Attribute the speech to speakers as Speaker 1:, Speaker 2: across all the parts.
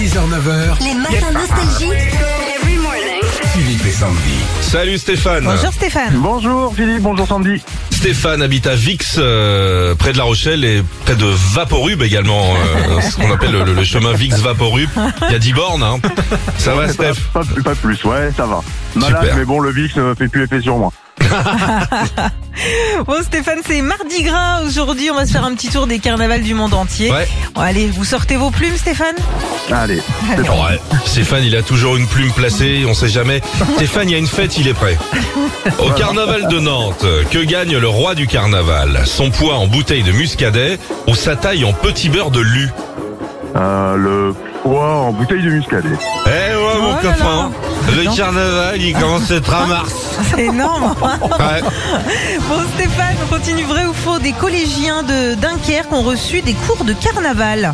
Speaker 1: 6h-9h,
Speaker 2: Les matins nostalgiques. Every morning.
Speaker 1: Philippe et Sandy.
Speaker 3: Salut Stéphane.
Speaker 4: Bonjour Stéphane.
Speaker 5: Bonjour Philippe, bonjour Sandy.
Speaker 3: Stéphane habite à Vix, euh, près de La Rochelle et près de Vaporub également, euh, ce qu'on appelle le, le- le chemin Vix-Vaporub. Il y a 10 bornes. Hein. Ça va Steph
Speaker 5: Pas, pas- pas plus, ouais, ça va. Malade,
Speaker 3: Super.
Speaker 5: mais bon, le VIX ne fait plus effet sur moi.
Speaker 4: Bon Stéphane, c'est mardi gras aujourd'hui, on va se faire un petit tour des carnavals du monde entier.
Speaker 3: Ouais.
Speaker 4: Bon, allez, vous sortez vos plumes Stéphane
Speaker 5: Allez, c'est parti.
Speaker 3: Ouais. Stéphane, il a toujours une plume placée, on sait jamais. Stéphane, il y a une fête, il est prêt. Au carnaval de Nantes, que gagne le roi du carnaval Son poids en bouteille de muscadet ou sa taille en petit beurre de lu
Speaker 5: Euh, le poids en bouteille de muscadet.
Speaker 3: Eh ouais, mon
Speaker 4: Oh là
Speaker 3: copain. Le
Speaker 4: Non.
Speaker 3: carnaval, il commence à être à mars.
Speaker 4: C'est énorme. hein.
Speaker 3: Ouais.
Speaker 4: bon Stéphane, on continue vrai ou faux Des collégiens de Dunkerque ont reçu des cours de carnaval.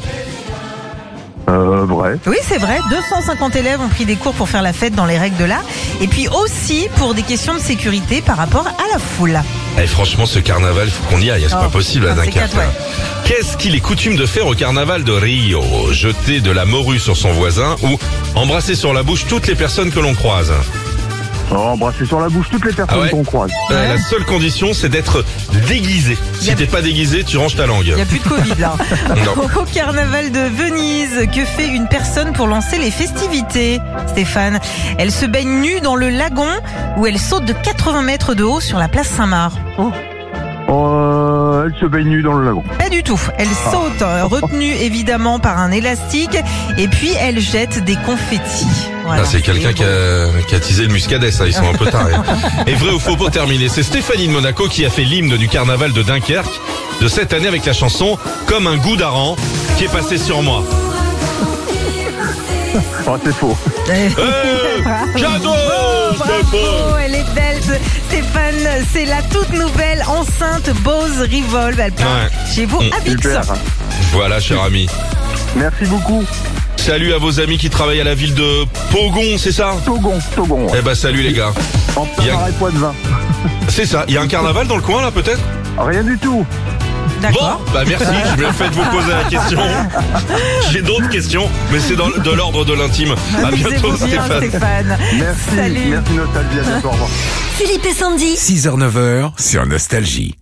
Speaker 5: Euh, vrai.
Speaker 4: Oui c'est vrai, 250 élèves ont pris des cours pour faire la fête dans les règles de l'art et puis aussi pour des questions de sécurité par rapport à la foule.
Speaker 3: Eh, franchement, ce carnaval, faut qu'on y aille. C'est
Speaker 4: Oh,
Speaker 3: pas possible à
Speaker 4: putain, c'est
Speaker 3: Dunkerque.
Speaker 4: quatre, ouais.
Speaker 3: hein. Qu'est-ce qu'il est coutume de faire au carnaval de Rio Jeter de la morue sur son voisin ou embrasser sur la bouche toutes les personnes que l'on croise
Speaker 5: Oh, embrasser sur la bouche toutes les personnes
Speaker 3: Ah ouais
Speaker 5: qu'on croise.
Speaker 3: Euh, La seule condition, c'est d'être déguisé. Si t'es pas déguisé, tu ranges ta langue.
Speaker 4: Il n'y a plus de Covid là.
Speaker 3: Non.
Speaker 4: Au carnaval de Venise, que fait une personne pour lancer les festivités Stéphane, elle se baigne nue dans le lagon où elle saute de 80 mètres de haut sur la place Saint-Marc.
Speaker 5: Euh, elle se baigne nue dans le lagon.
Speaker 4: Pas du tout. Elle
Speaker 3: Ah.
Speaker 4: saute, euh, retenue évidemment par un élastique, et puis elle jette des confettis. Voilà.
Speaker 3: Ah, c'est quelqu'un qui a, qui a teasé le muscadet, ça, ils sont un peu tarés. Et vrai ou faux pour terminer, c'est Stéphanie de Monaco qui a fait l'hymne du carnaval de Dunkerque de cette année avec la chanson Comme un goût d'aran qui est passé sur moi.
Speaker 5: Oh, c'est faux.
Speaker 3: Euh, cadeau Stéphane
Speaker 4: Bravo, elle est belle, ce- Stéphane. C'est la toute nouvelle enceinte Bose Revolve. Elle part
Speaker 3: Ouais. Mmh.
Speaker 4: chez vous à Vix.
Speaker 5: Super.
Speaker 3: Voilà, cher ami.
Speaker 5: Merci beaucoup.
Speaker 3: Salut à vos amis qui travaillent à la ville de Pogon, c'est ça
Speaker 5: Togon, Togon.
Speaker 3: Eh ben, salut les gars.
Speaker 5: En
Speaker 3: y a-
Speaker 5: pareil poids de vin.
Speaker 3: C'est ça. Il y a un carnaval dans le coin, là, peut-être
Speaker 5: Rien du tout.
Speaker 3: Bon,
Speaker 4: D'accord.
Speaker 3: bah merci, je me fais de vous poser la question. J'ai d'autres questions, mais c'est dans, de l'ordre de l'intime.
Speaker 4: Ah,
Speaker 3: À bientôt,
Speaker 4: Amusez-vous bien,
Speaker 3: Stéphane.
Speaker 4: Stéphane.
Speaker 5: Merci.
Speaker 4: Salut.
Speaker 5: Merci Nostalgie. À bientôt. Au revoir.
Speaker 2: Philippe et Sandy.
Speaker 1: 6h-9h sur Nostalgie.